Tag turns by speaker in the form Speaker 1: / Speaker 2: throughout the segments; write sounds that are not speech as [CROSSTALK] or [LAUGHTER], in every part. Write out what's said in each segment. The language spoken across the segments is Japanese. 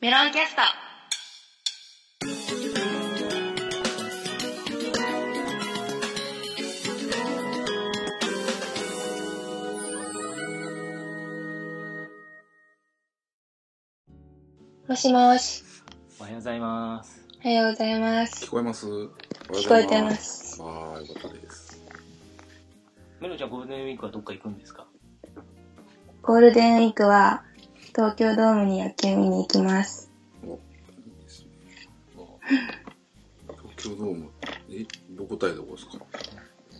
Speaker 1: メロンキャスト。もしもし。
Speaker 2: おはようございます。
Speaker 1: おはようございま
Speaker 3: 聞
Speaker 1: す。
Speaker 3: こえます
Speaker 1: 聞こえてま。す。
Speaker 3: ああ、よかったです。
Speaker 2: メロちゃん、ゴールデンウィークはどっか行くんですか
Speaker 1: ゴールデンウィークは東京ドームに野球見に行きます。
Speaker 3: いいですねあー東京ドーム、え、どこ対どこですか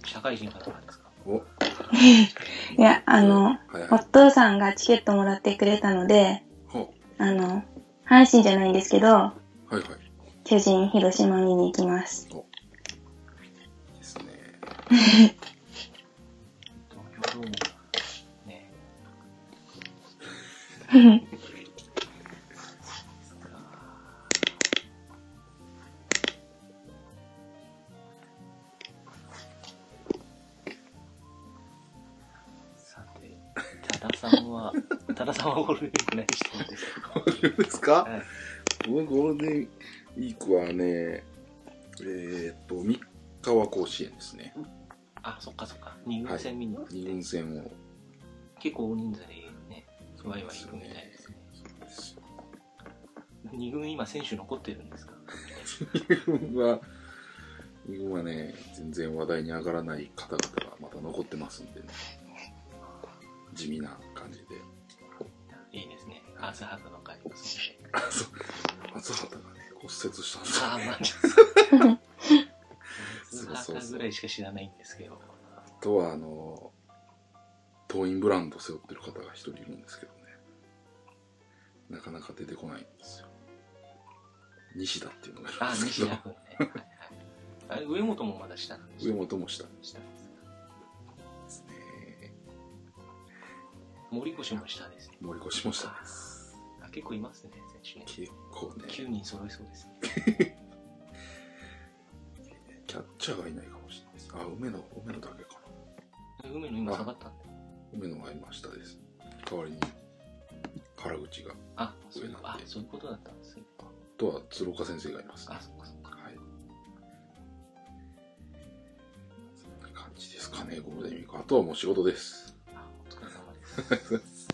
Speaker 2: 社会人かなんかですか
Speaker 3: お、
Speaker 1: いや、あの、
Speaker 3: はいはい。
Speaker 1: お
Speaker 3: は
Speaker 1: 父さんがチケットもらってくれたので、あの、阪神じゃないんですけど、
Speaker 3: はいはい。
Speaker 1: 巨人、広島見に行きます。
Speaker 3: ですね。
Speaker 2: 東京ドーム。ねそっかさて、多田さんは、多田さんはゴールデンウィーク何してるんですか [LAUGHS]
Speaker 3: ゴールデンですか
Speaker 2: はい
Speaker 3: 僕、ゴールデンウィークはね、えーっと、3日は甲子園ですね。
Speaker 2: あ、そっかそっか。二軍戦見に行って、
Speaker 3: 二軍戦を。
Speaker 2: 結構大人数でね、ワイワイ行くみたいですね。
Speaker 3: そうです
Speaker 2: 二軍今選手残ってるんですか
Speaker 3: 二軍は、二軍はね、全然話題に上がらない方々がまた残ってますんでね。地味な感じで。 [LAUGHS]
Speaker 2: いいですね。アーツハートの会ですね。
Speaker 3: あそう松畑がね骨折したんですよ
Speaker 2: あー、マジですか。アーツハートぐらいしか知らないんですけど。
Speaker 3: あとはあのトーインブランド背負ってる方が一人いるんですけどねなかなか出てこないんですよ西田っていうのがいるん
Speaker 2: あ
Speaker 3: で
Speaker 2: ー、
Speaker 3: す
Speaker 2: 西
Speaker 3: けど
Speaker 2: 田君ね。 [LAUGHS] はいはいあれ上本もまだ下なんです
Speaker 3: 上
Speaker 2: よ
Speaker 3: 本もしたんで
Speaker 2: 下です
Speaker 3: すね
Speaker 2: 森越も下ですね。
Speaker 3: 森越もしたんです
Speaker 2: あ結構いますね、選手ね。
Speaker 3: 結構ね
Speaker 2: 9人揃いそうですね。
Speaker 3: キャッチャーがいないかもしれないですあ梅野梅野だけかな
Speaker 2: 梅野今下がったんだ。
Speaker 3: 梅野が今下です代わりに原口が
Speaker 2: あ、そういうこ
Speaker 3: 上
Speaker 2: と
Speaker 3: なん
Speaker 2: あ
Speaker 3: で
Speaker 2: そういうことだったんですね。
Speaker 3: あとは鶴岡先生がいます
Speaker 2: あ、そっかそっか。
Speaker 3: はい。そんな感じですかね、ゴールデンウィーク。あとはもう仕事です。
Speaker 2: あお疲れ様です。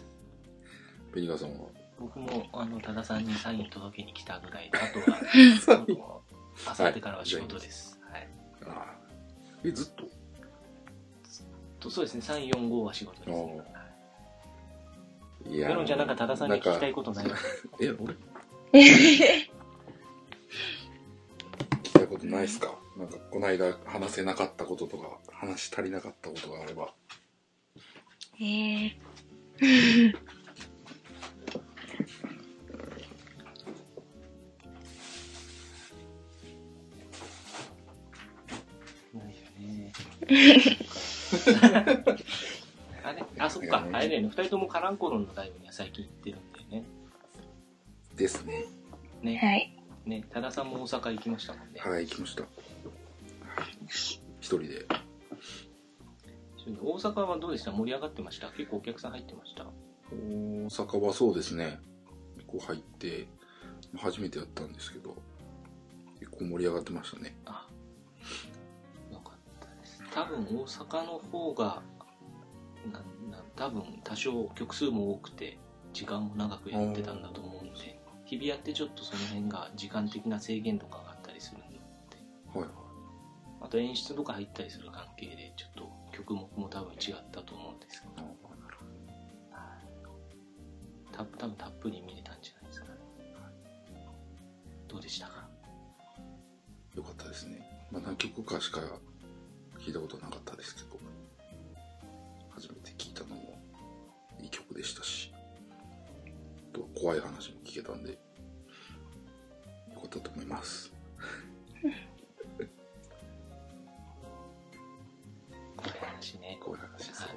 Speaker 3: ペニカさんは。
Speaker 2: 僕もあの多田さんにサイン届けに来たぐらいであとはあのあさってからは仕事です、はい
Speaker 3: ああ。え、ずっと
Speaker 2: とそうですね345は仕事です、ね
Speaker 3: おー
Speaker 2: はい
Speaker 3: いや
Speaker 2: メロンじゃなんか多田さんに聞きたい
Speaker 3: こ
Speaker 2: ことないです
Speaker 3: と。え、俺聞きたいことないっすかなんか、こないだ話せなかったこととか、話し足りなかったことがあれば。
Speaker 1: えー、
Speaker 2: ねあれあそっか、
Speaker 3: ね
Speaker 2: あれだよね2人ともカランコロンのライブには最近行ってるんだよね
Speaker 3: ですね。
Speaker 2: ね
Speaker 1: はい。
Speaker 2: ね多田さんも大阪行きましたもんね、
Speaker 3: はい、来ました。はい一人で。
Speaker 2: 大阪はどうでした盛り上がってました結構お客さん入ってました
Speaker 3: 大阪はそうですね結構入って初めてやったんですけど結構盛り上がってましたね
Speaker 2: あ、よかったです。多分大阪の方が、なな多分多少曲数も多くて、時間も長くやってたんだと思うので、日比谷ってちょっとその辺が時間的な制限とかがあったりするので、
Speaker 3: はいは
Speaker 2: あと演出とか入ったりする関係で、ちょっと曲目も多分違ったと思うんですけど、
Speaker 3: い
Speaker 2: た多分たっぷり見れたんじゃないですかね。どうでしたか
Speaker 3: よかったですね、まあ、何曲かしか聞いたことなかったですけど初めて聞いたのもいい曲でしたしあとは怖い話も聞けたんでよかったと思います
Speaker 2: こういう話ね。
Speaker 3: 怖い話 [LAUGHS] ですよ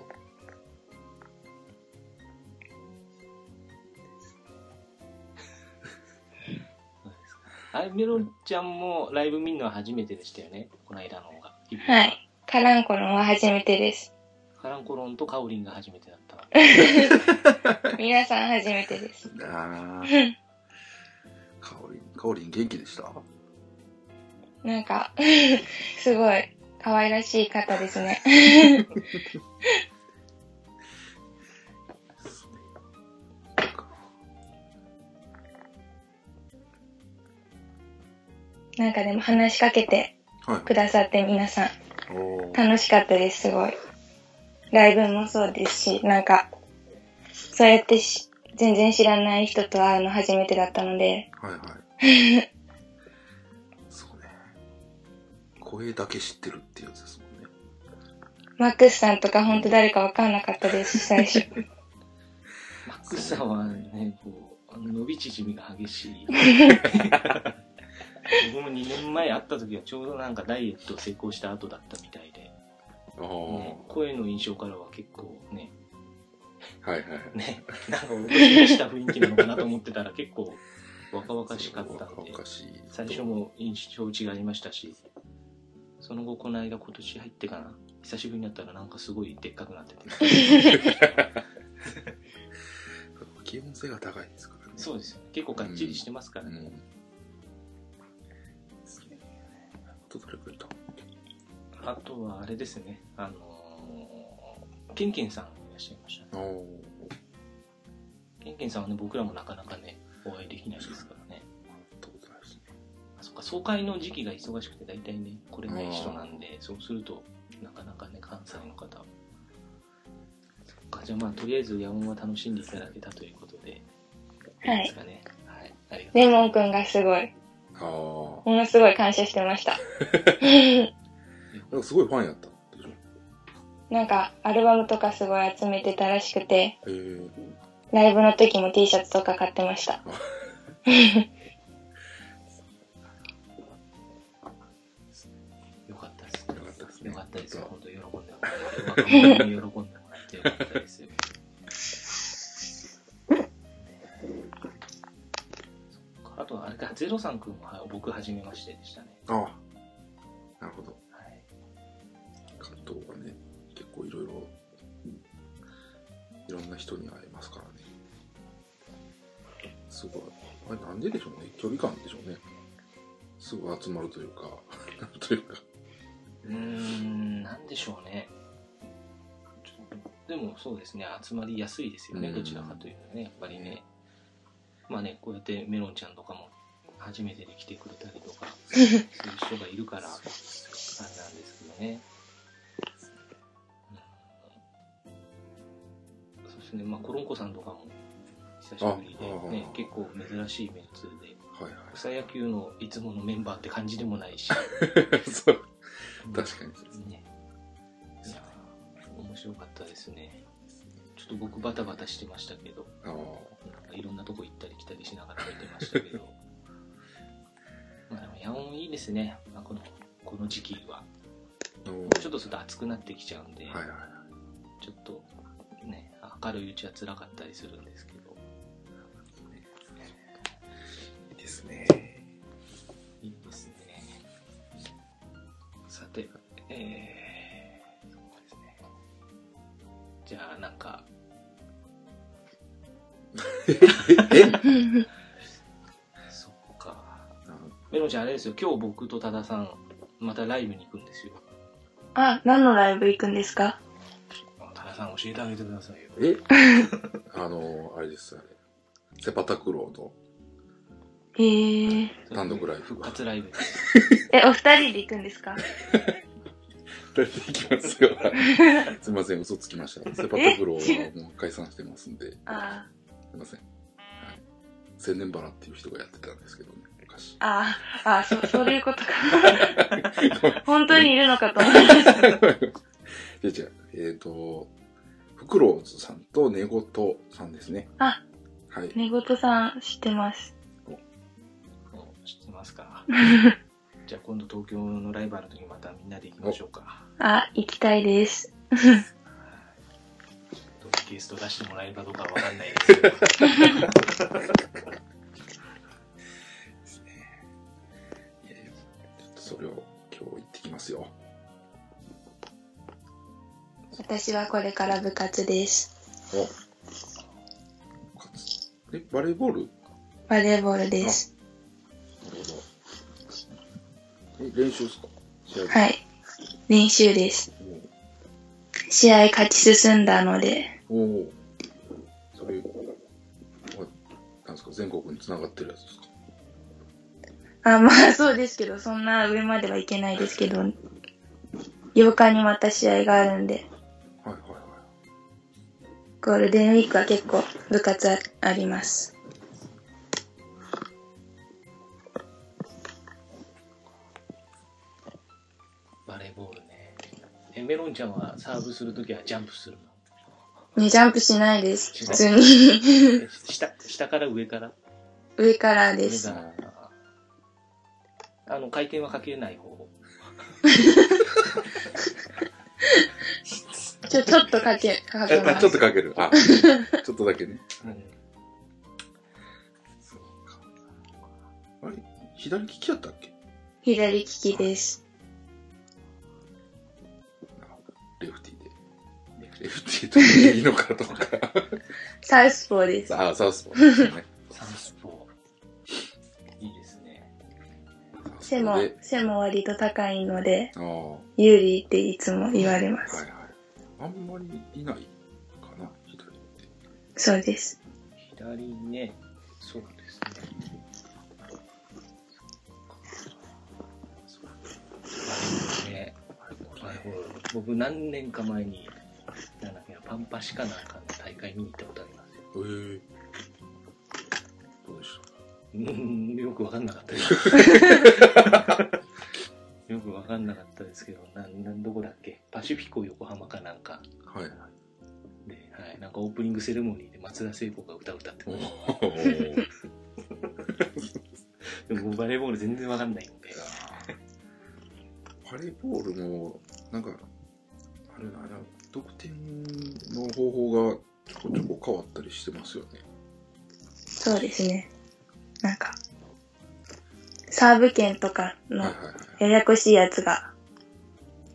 Speaker 2: あれ、メロちゃんもライブ見るのは初めてでしたよね、この間の方が。
Speaker 1: はい。カランコロンは初めてです。
Speaker 2: カランコロンとカオリンが初めてだったわけ。
Speaker 1: 皆さん初めてです。
Speaker 3: ああかおりん、かおりん元気でした
Speaker 1: なんか、 [LAUGHS] すごい、可愛らしい方ですね。 [LAUGHS] なんかでも話しかけて
Speaker 3: はい。
Speaker 1: くださって皆さん
Speaker 3: おー
Speaker 1: 楽しかったです、すごい。ライブもそうですし、なんか、そうやってし全然知らない人と会うの初めてだったので、
Speaker 3: はいはい。 [LAUGHS] そうね。声だけ知ってるってやつですもんね。
Speaker 1: マックスさんとかほんと誰かわかんなかったです、最 [LAUGHS] 初。
Speaker 2: マックスさんはね、こう、あの伸び縮みが激しい。僕も2年前会った時はちょうどなんかダイエット成功した後だったみたいで、ね、
Speaker 3: あ
Speaker 2: 声の印象からは結構ね、
Speaker 3: あ。はいはい。
Speaker 2: ね、なんかおしした雰囲気なのかなと思ってたら結構若々しかったんで
Speaker 3: お、かしい。
Speaker 2: 最初も印象違いましたし、その後この間今年入ってかな、久しぶりになったらなんかすごいでっかくなってて。 [LAUGHS]
Speaker 3: 気温性が高いですからね。
Speaker 2: そうですよね。結構がっちりしてますから
Speaker 3: う
Speaker 2: ね。
Speaker 3: ん。ですね。あとどれくらいだ
Speaker 2: あとはあれですね、あのーケンケンさんいらっしゃいましたね。
Speaker 3: おお。
Speaker 2: ケンケンさんはね、僕らもなかなかね、お会いできないですからね。
Speaker 3: ありがとうございますね。
Speaker 2: あそっか、総会の時期が忙しくて大体ね、来れない人なんで、そうすると、なかなかね、関西の方は。そっか、じゃあまあ、とりあえず野音は楽しんでいただけたということで、
Speaker 1: はい
Speaker 2: ですかね。はい。ありがとう
Speaker 1: レモンくんがすごい、
Speaker 3: ああ。
Speaker 1: ものすごい感謝してました。
Speaker 3: なんかすごいファンやったでしょ。
Speaker 1: なんか、アルバムとかすごい集めてたらしくて、
Speaker 3: えー、
Speaker 1: ライブの時も T シャツとか買ってました。
Speaker 2: よかったです。よ
Speaker 3: かったですね
Speaker 2: よかったですよ。本当喜んでもらえて。若者に喜んでもらえてよかったですよ。そっかあとはあれか、ゼロさんくんは僕初めましてでしたね。
Speaker 3: ああ。なるほど。
Speaker 2: はい。
Speaker 3: 関東はね、結構いろいろ、いろんな人に会えますからね。すごい。あれなんででしょうね。距離感でしょうね。すぐ集まるというか、 [LAUGHS] なんというか。
Speaker 2: うーん、なんでしょうね。でもそうですね、集まりやすいですよね、
Speaker 3: うん
Speaker 2: どちらかというとね、やっぱりね。まあね、こうやってメロンちゃんとかも初めてで来てくれたりとか、そういう人がいる
Speaker 3: [LAUGHS]
Speaker 2: から、あれなんですけどね。うんそうですね、まあ、コロンコさんとかも久しぶり
Speaker 3: あああ
Speaker 2: で、
Speaker 3: あ
Speaker 2: ね、結構珍しいメンツで、
Speaker 3: はいは
Speaker 2: 草野球のいつものメンバーって感じでもない
Speaker 3: [LAUGHS]
Speaker 2: し。
Speaker 3: い。そう。確かにそうですね。
Speaker 2: ね。いやー面白かったですね。ちょっと僕バタバタしてましたけど、
Speaker 3: ああ。
Speaker 2: なんかいろんなとこ行ったり来たりしながら見てましたけど。まあでも、夜音いいですね。まあ、この、この時期は。
Speaker 3: お
Speaker 2: ちょっとすると暑くなってきちゃうんで、
Speaker 3: はいはいはい。
Speaker 2: ちょっとね、明るいうちは辛かったりするんですけど。
Speaker 3: いいですね。
Speaker 2: いいですね。さて、えー、そうですね。じゃあ、なんか、そっか。メロンちゃん、あれですよ、今日僕と多田さん、またライブに行くんですよ。
Speaker 1: あ、何のライブ行くんですか
Speaker 2: 多田さん、教えてあげてくださいよ。
Speaker 3: え [LAUGHS] あの、あれです、あれ。セパタクロー [LAUGHS] の
Speaker 1: へえ。
Speaker 3: 単独ライブ
Speaker 2: 復活ライブです。
Speaker 1: え、お二人で行くんですか
Speaker 3: 出ていきますよ。 [LAUGHS] すいません、嘘つきました。セパタクローはもう解散してますんで、す
Speaker 1: あ
Speaker 3: いません。はい。千年バラっていう人がやってたんですけどね、昔
Speaker 1: [LAUGHS] あ、。ああ、ああ、そ、そういう [LAUGHS] ことか。
Speaker 3: ごめん
Speaker 1: 本当にいるのかと思いました。
Speaker 3: 違う違う。えっ、と、フクロウズさんとネゴトさんですね。
Speaker 1: あ、
Speaker 3: はい。
Speaker 1: 寝言さん知って [LAUGHS] ます。
Speaker 2: 知ってますか [LAUGHS] じゃあ、今度東京のライブある時またみんなで行きましょうか。
Speaker 1: あ、行きたいです。
Speaker 2: ちょっとゲスト出してもらえるかどうかはわかんないですけど。
Speaker 3: いやいやちょっとそれを今日行ってきますよ。
Speaker 1: 私はこれから部活です。
Speaker 3: お。え、バレーボール
Speaker 1: バレーボールです。
Speaker 3: るほど。え、練習ですか試合で
Speaker 1: はい。練習です。
Speaker 3: おー
Speaker 1: 試合勝ち進んだので、
Speaker 3: おーそれ、は、なんですか、全国に繋がってるやつですか
Speaker 1: あ、まあそうですけど、そんな上まではいけないですけど、8日にまた試合があるんで、
Speaker 3: はいはいはい。
Speaker 1: ゴールデンウィークは結構部活ああります。
Speaker 2: バレーボールね。え、メロンちゃんはサーブするときはジャンプするの
Speaker 1: ね、ジャンプしないです。普通 [LAUGHS] に。
Speaker 2: え下、下から上から
Speaker 1: 上からで
Speaker 2: 上
Speaker 1: す
Speaker 2: か。ら。あの、回転はかけない方。
Speaker 1: ちょ、ちょっとかけ、かけ
Speaker 3: あ、
Speaker 1: ま
Speaker 3: ちょ
Speaker 1: す
Speaker 3: っ。とかけ [LAUGHS] る。あ、ちょっとだけね。
Speaker 2: うん
Speaker 3: あれ左利きやったっけ
Speaker 1: 左利きです。
Speaker 3: レフティーで。レフティーとっていいのかとか。 [LAUGHS]
Speaker 1: サウスポーです。
Speaker 3: あ、サウスポーですね。
Speaker 2: サウスポー。いいですね。
Speaker 1: 背も、背も割と高いので、
Speaker 3: ああ、は
Speaker 1: 有利っていつも言われま
Speaker 3: い
Speaker 1: す。
Speaker 3: はい。あんまりいないかな、左って。
Speaker 1: そうです。
Speaker 2: 左ね。そうですね。バレーボールね。バレーボール。僕何年か前に、なんだっけな、パンパシかなんかの大会見に行ったことありますよ。
Speaker 3: へえ。どうでし
Speaker 2: うんよくわかんなかったです [LAUGHS] よくわかんなかったですけど、なん、なん、どこだっけパシフィコ横浜かなんか
Speaker 3: たはいはい。
Speaker 2: で、はい、なんかオープニングセレモニーで松田聖子が歌を歌って
Speaker 3: お
Speaker 2: まし
Speaker 3: ー
Speaker 2: たでもバレーボール全然わかんないんで。
Speaker 3: バレーボールも、なんか、あれな、あれ得点の方法がちょこちょこ変わったりしてますよね。
Speaker 1: そうですね。なんか、サーブ権とか
Speaker 3: はい
Speaker 1: の
Speaker 3: はいはい。
Speaker 1: ややこしいやつが、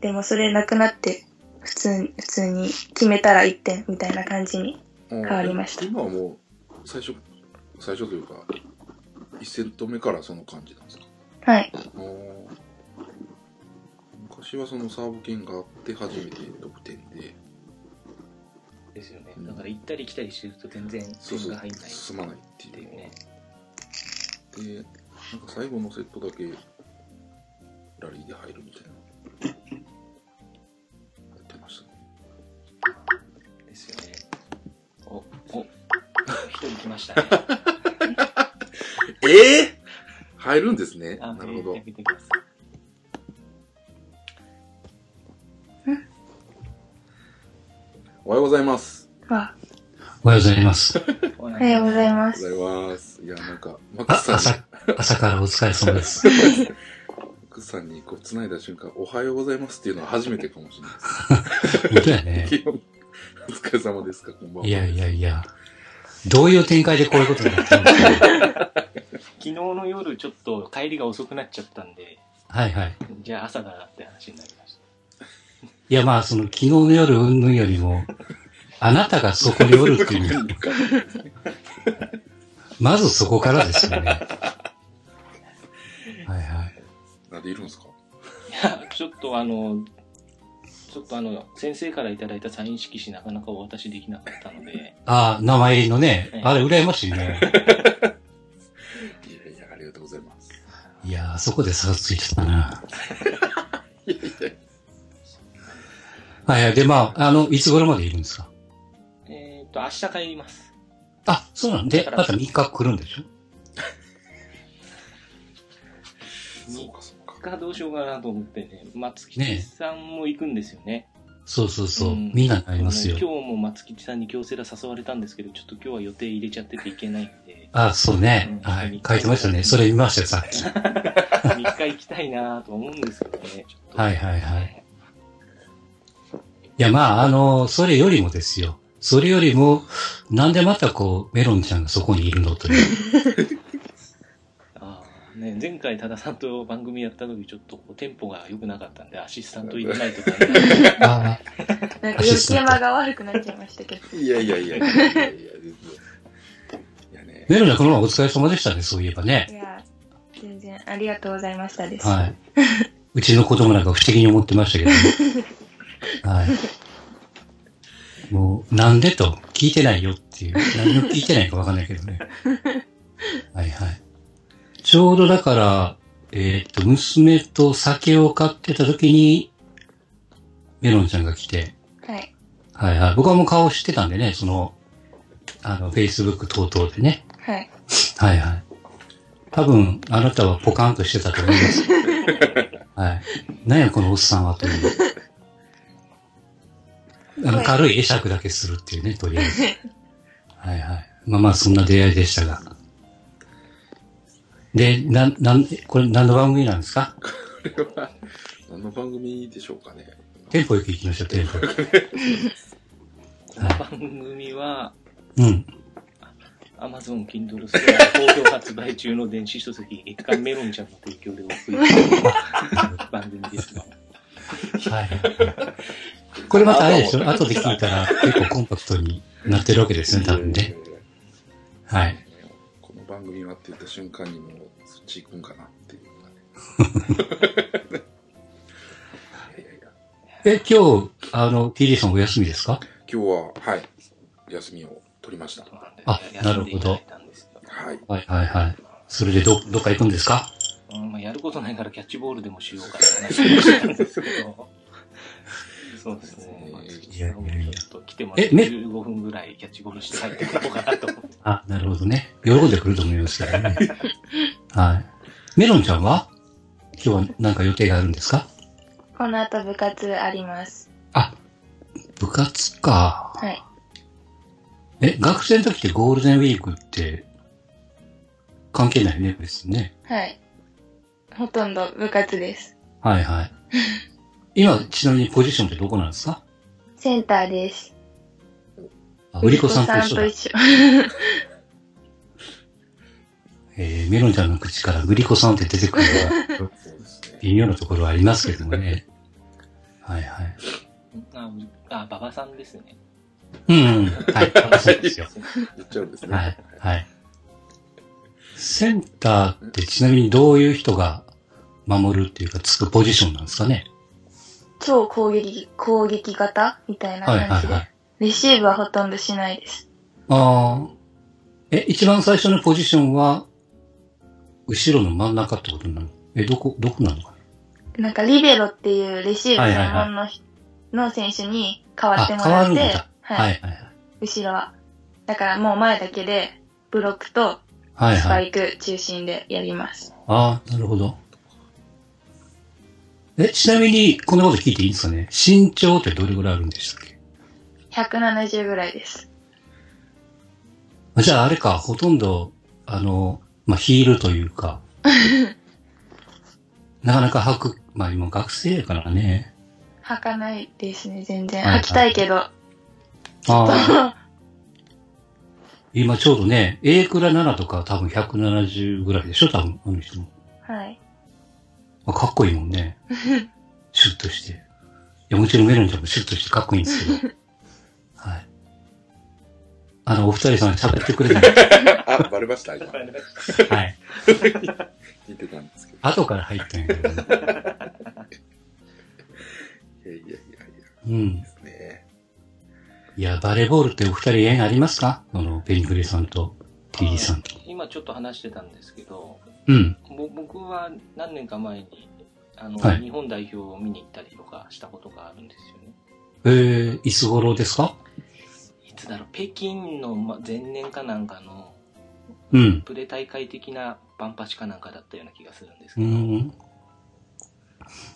Speaker 1: でもそれなくなって、普通に、普通に決めたら1点みたいな感じに。
Speaker 3: 変
Speaker 1: わりました
Speaker 3: 今はもう最初最初というか一戦止めからその感じなんですか
Speaker 1: はい。
Speaker 3: あー昔はそのサーブ権があって初めて得点で
Speaker 2: ですよね。だから行ったり来たりしてると全然
Speaker 3: そ
Speaker 2: 点
Speaker 3: うそう
Speaker 2: が入んない
Speaker 3: 進まないって
Speaker 2: って
Speaker 3: い
Speaker 2: いうう
Speaker 3: の
Speaker 2: ね。
Speaker 3: でなんか最後のセットだけラリーで入るみたいなやってましたね
Speaker 2: ですよね。お、お、一人来ましたね。
Speaker 3: [LAUGHS] ええ入るんですね
Speaker 2: あ
Speaker 3: なるほど
Speaker 2: やめてください。
Speaker 3: おはようございます
Speaker 1: わ
Speaker 4: おはようございます。
Speaker 2: おは
Speaker 1: おはようござい
Speaker 2: ま
Speaker 1: ま
Speaker 3: おは
Speaker 1: す。
Speaker 3: ようございますいやなんかマック
Speaker 4: あ、
Speaker 3: スさんに
Speaker 4: 朝、朝からお疲れ様です。
Speaker 3: 奥さんにこう繋いだ瞬間、おはようございますっていうのは初めてかもしれない
Speaker 4: 本当やね
Speaker 3: [LAUGHS] で。す。お疲れ様ですか、こんばんは。
Speaker 4: いやいやいや。どういう展開でこういうことになったんですか
Speaker 2: 昨日の夜ちょっと帰りが遅くなっちゃったんで、
Speaker 4: はいはい。
Speaker 2: じゃあ朝だなって話になりました。
Speaker 4: いやまあ、その昨日の夜云々よりも、あなたがそこにおるっていう、まずそこからですよね。はいはい。
Speaker 3: なんでいるんですか
Speaker 2: いや、 [LAUGHS] ちょっとあの、ちょっとあの、先生からいただいたサイン色紙なかなかお渡しできなかったの
Speaker 3: [LAUGHS]
Speaker 2: で、
Speaker 4: ああ、名前入りのね、あれ羨ましいね。
Speaker 3: いやいや、ありがとうございます。
Speaker 4: いやー、あそこで差がついてたな。はいはい。で、まあ、あの、いつ頃までいるんですか
Speaker 2: えっ、と、明日帰ります。
Speaker 4: あ、そうなんで、また3日来るんでしょ
Speaker 3: そうか、そうか。
Speaker 2: かどうしようかなと思ってね、松吉さんも行くんですよね。
Speaker 4: そうそうそう。
Speaker 2: うん
Speaker 4: みんなになりますよ、
Speaker 2: あ。の今日も松吉さんに京セラ誘われたんですけど、ちょっと今日は予定入れちゃってていけないんで
Speaker 4: あ、そうね。
Speaker 2: うん
Speaker 4: はい。書いてましたね。それ見ましたよ、さっき。
Speaker 2: 3日行きたいなと思うんですけどね、ちょっと。
Speaker 4: はいはいはい。いや、まあ、あの、それよりもですよ。それよりも、なんでまたこう、メロンちゃんがそこにいるのという。
Speaker 2: ああ、ね、前回多田さんと番組やった時ちょっとこうテンポが良くなかったんで、アシスタント入れないとか、ね、
Speaker 4: [LAUGHS] あ
Speaker 1: なんか余計間が悪くなっちゃいましたけど。
Speaker 3: いやいやいやいやいやいや、全然いやね
Speaker 4: ー、メロンちゃんこの前お疲れ様でしたね、そういえばね。
Speaker 1: いや、全然ありがとうございましたです。
Speaker 4: はい。うちの子供なんか不思議に思ってましたけど、はい。もう、なんでと聞いてないよっていう。何を聞いてないのかわかんないけどね。はいはい。ちょうどだから、えーっと、娘と酒を買ってた時に、メロンちゃんが来て、
Speaker 1: はい。
Speaker 4: はいはい。僕はもう顔知ってたんでね、その、あの、Facebook 等々でね。
Speaker 1: はい。
Speaker 4: はいはい。多分、あなたはポカンとしてたと思います。はい。何やこのおっさんはという。あの、軽い会釈だけするっていうね、とりあえず。はいはい。まあまあ、そんな出会いでしたが。で、なん、なん、これ何の番組なんですか
Speaker 3: これは、何の番組でしょうかね。
Speaker 4: テンポよく行きましょう、テンポよく。
Speaker 2: この番組は、
Speaker 4: うん。
Speaker 2: Amazon Kindle ストアで好評発売中の電子書籍、月刊メロンちゃんの提供でお送りする番組ですが、
Speaker 4: はい。これまたあれでしょ後で聞いたら結構コンパクトになってるわけですね、多分ね。
Speaker 3: えー
Speaker 4: はい。
Speaker 3: この番組はって言った瞬間にもうそっち行くんかなって
Speaker 4: [LAUGHS]
Speaker 3: いうのがね。いやいやいや
Speaker 4: え、今日、あの、TD さんお休みですか
Speaker 3: 今日は、はい、休みを取りました。
Speaker 2: そうなんで
Speaker 4: [LAUGHS] あ
Speaker 2: 休んでいただいたんですが
Speaker 3: はい。
Speaker 4: はいはいはい。それでど、どっか行くんですか
Speaker 2: うんまあ、やることないからキャッチボールでもしようかって話をしてたんですけど、そうですね。まあ月さんもちょっと来てもらって
Speaker 4: えめ
Speaker 2: 15分ぐらいキャッチボールして帰ってこようかなと思
Speaker 4: [LAUGHS]
Speaker 2: って。
Speaker 4: あ、なるほどね。喜んでくると思いますけど [LAUGHS] ね。はい。メロンちゃんは今日は何か予定があるんですか
Speaker 1: この後部活あります。
Speaker 4: あ、部活か。
Speaker 1: はい。
Speaker 4: え、学生の時ってゴールデンウィークって関係ないね、別にね。
Speaker 1: はい。ほとんど部活です。
Speaker 4: はいはい。今、ちなみにポジションってどこなんですか
Speaker 1: センターです。
Speaker 4: あ、売り子さんと一緒だ。
Speaker 1: 売
Speaker 4: え
Speaker 1: り子さんと一緒
Speaker 4: ー、メロンちゃんの口から売り子さんって出てくるのは
Speaker 3: そうですね。
Speaker 4: 微妙なところはありますけどもね。 [LAUGHS] はいはい。
Speaker 2: あ、あ馬場さんですね。
Speaker 4: うん、うん。はい。 [LAUGHS] そうですよ。
Speaker 3: 言っちゃうんですね。
Speaker 4: はい。はい。センターってちなみにどういう人が守るっていうか、つくポジションなんですかね。
Speaker 1: 超攻撃、攻撃型みたいな
Speaker 4: はいはい
Speaker 1: 感じ
Speaker 4: は
Speaker 1: で。
Speaker 4: い。
Speaker 1: レシーブはほとんどしないです。
Speaker 4: ああ。え、一番最初のポジションは、後ろの真ん中ってことなのえ、どこ、どこなのか
Speaker 1: なんかリベロっていうレシーブ専門の,、の選手に変わってもら
Speaker 4: あ変わる
Speaker 1: っ
Speaker 4: ん
Speaker 1: て、
Speaker 4: だな
Speaker 1: は、
Speaker 4: はいいはいはい。
Speaker 1: 後ろは。だからもう前だけで、ブロックと
Speaker 4: はい
Speaker 1: スパ
Speaker 4: はい。
Speaker 1: イク中心でやります。
Speaker 4: ああ、なるほど。え、ちなみに、こんなこと聞いていいんですかね身長ってどれぐらいあるんでしたっけ
Speaker 1: 170ぐらいです。
Speaker 4: あじゃああれか、ほとんど、あの、まあ、ヒールというか、 [LAUGHS] なかなか履く、まあ今学生やからね。
Speaker 1: 履かないですね、全然。
Speaker 4: はいはい
Speaker 1: 履きたいけど。
Speaker 4: ああ。今ちょうどね、A クラ7とか多分170ぐらいでしょ多分、あの人も。
Speaker 1: はい。
Speaker 4: まあ、かっこいいもんね。シュッとして。いや、もちろんメロンちゃんもシュッとしてかっこいいんですけど。はい。あの、お二人さん喋ってくれたんで
Speaker 3: あ、バレました、今。
Speaker 4: はい。
Speaker 3: 聞いてたんですけど。
Speaker 4: 後から入ったんやけどね。
Speaker 3: いやいやいやい
Speaker 4: うん。
Speaker 3: や。ね
Speaker 4: いや、バレーボールってお二人縁ありますかあの、ペニクリさんと TD さんと。
Speaker 2: 今ちょっと話してたんですけど、
Speaker 4: うん。
Speaker 2: ぼ僕は何年か前に、あの、
Speaker 4: はい
Speaker 2: 日本代表を見に行ったりとかしたことがあるんですよね。
Speaker 4: えー、いつ頃ですか
Speaker 2: いつだろう、北京のま前年かなんかの
Speaker 4: うん。
Speaker 2: プレ大会的なバンパチかなんかだったような気がするんです
Speaker 4: う
Speaker 2: けど、
Speaker 4: ーん。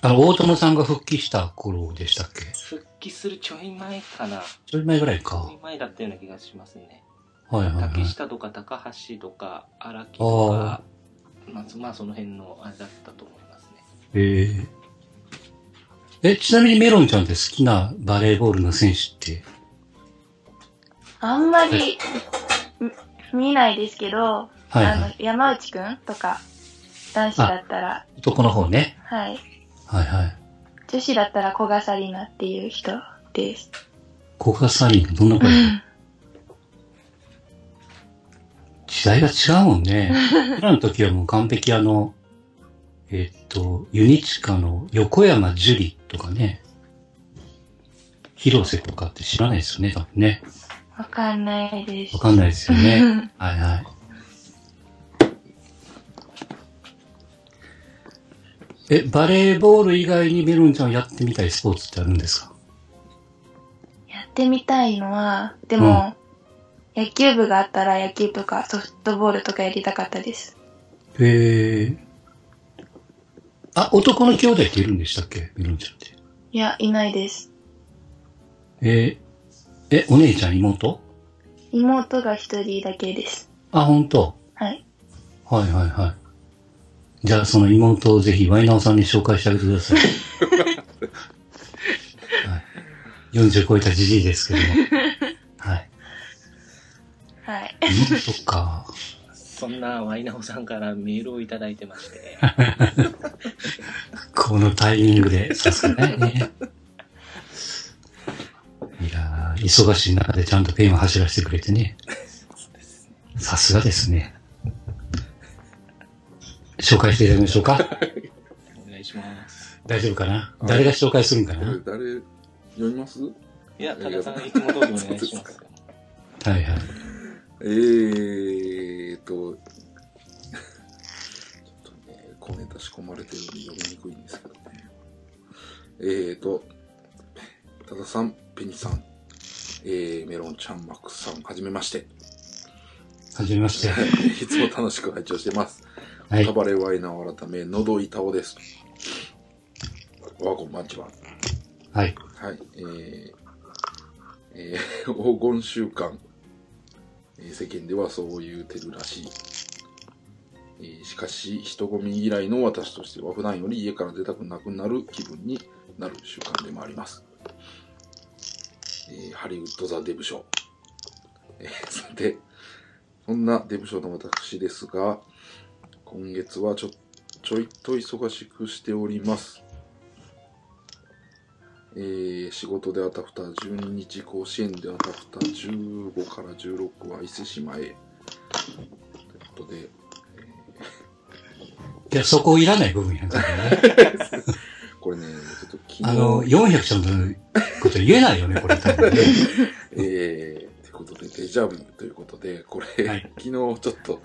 Speaker 4: あの、大友さんが復帰した頃でしたっけ
Speaker 2: 復帰するちょい前かな、
Speaker 4: ちょい前ぐらい
Speaker 2: ちょ
Speaker 4: か
Speaker 2: い。前だったような気がしますね。
Speaker 4: はいはいはい
Speaker 2: 竹。下とか高橋とか荒木とか、まあ、そまあその辺のあれだったと思いますね。
Speaker 4: えー、え、ちなみにメロンちゃんって好きなバレーボールの選手って、
Speaker 1: あんまり、み見ないですけど、
Speaker 4: はい
Speaker 1: あ
Speaker 4: は
Speaker 1: の、山内くんとか、男子だったら、
Speaker 4: い。男の方ね。
Speaker 1: はい。
Speaker 4: はいはい。
Speaker 1: 女子だったら古賀紗理奈っていう人です。
Speaker 4: 古賀サリンどんな声
Speaker 1: うん
Speaker 4: ち時代が違うもん
Speaker 1: [LAUGHS]
Speaker 4: ね。僕らの時はもう完璧あの、えっと、ユニチカの横山樹里とかね、広瀬とかって知らないですよね、多分ね。
Speaker 1: わかんないです
Speaker 4: わ。かんないですよね。はいはい。え、バレーボール以外にメロンちゃんやってみたいスポーツってあるんですか
Speaker 1: やってみたいのは、でも、野球部があったら野球とかソフトボールとかやりたかったです。
Speaker 4: へえ。あ、男の兄弟っているんでしたっけメロンちゃんって。
Speaker 1: いや、いないです。
Speaker 4: えーえ、お姉ちゃん、妹
Speaker 1: 妹が一人だけです。
Speaker 4: あ、本当
Speaker 1: はい。
Speaker 4: はいはいはい。じゃあ、その妹をぜひ、ワイナオさんに紹介してあげてくだ [LAUGHS] さい。はい、40超えたじじいです [LAUGHS] けども。はい。
Speaker 1: はい。
Speaker 4: 妹か。
Speaker 2: そんなワイナオさんからメールをいただいてまして、
Speaker 4: このタイミングで、さすがにね。いやー、忙しい中でちゃんとペンを走らせてくれてね。さすがですね。紹介していただきましょうか。
Speaker 2: お願いします。
Speaker 4: 大丈夫かな
Speaker 3: はい
Speaker 4: 誰が紹介するんか
Speaker 3: これ
Speaker 4: な
Speaker 3: 誰、読みます
Speaker 2: いや、武田さん、いつも通りお願いします。
Speaker 4: はいはい。
Speaker 3: えーっと、ちょっとね、コネ出し込まれてるんで読みにくいんですけどね。えーっと、たださん、ペニさん、えー、メロンちゃん、マックスさん、はじめまして。
Speaker 4: はじめまして。
Speaker 3: いつも楽しく拝聴してます。
Speaker 4: はい
Speaker 3: カ。バレワイナー改め、のどいたおです。わあ、こんばんちは。
Speaker 4: はい。
Speaker 3: はい、えーえー [LAUGHS] 黄金週間、えー世間ではそう言うてるらしい、えーしかし人混み嫌いの私としては普段より家から出たくなくなる気分になる習慣でもあります、えーハリウッド・ザ・デブ賞、えー [LAUGHS] さてそんなデブ賞の私ですが今月はちょちょいと忙しくしておりますえー仕事であたふた12日甲子園であたふた15から16は伊勢島へということで
Speaker 4: いや、そこいらない部分やからね。
Speaker 3: これねちょっと昨日
Speaker 4: あの、400ちゃんのこと言えないよね、
Speaker 3: [LAUGHS]
Speaker 4: これ多分ね。
Speaker 3: えー、ということでデジャブということでこれ、
Speaker 4: はい
Speaker 3: 昨日ちょっと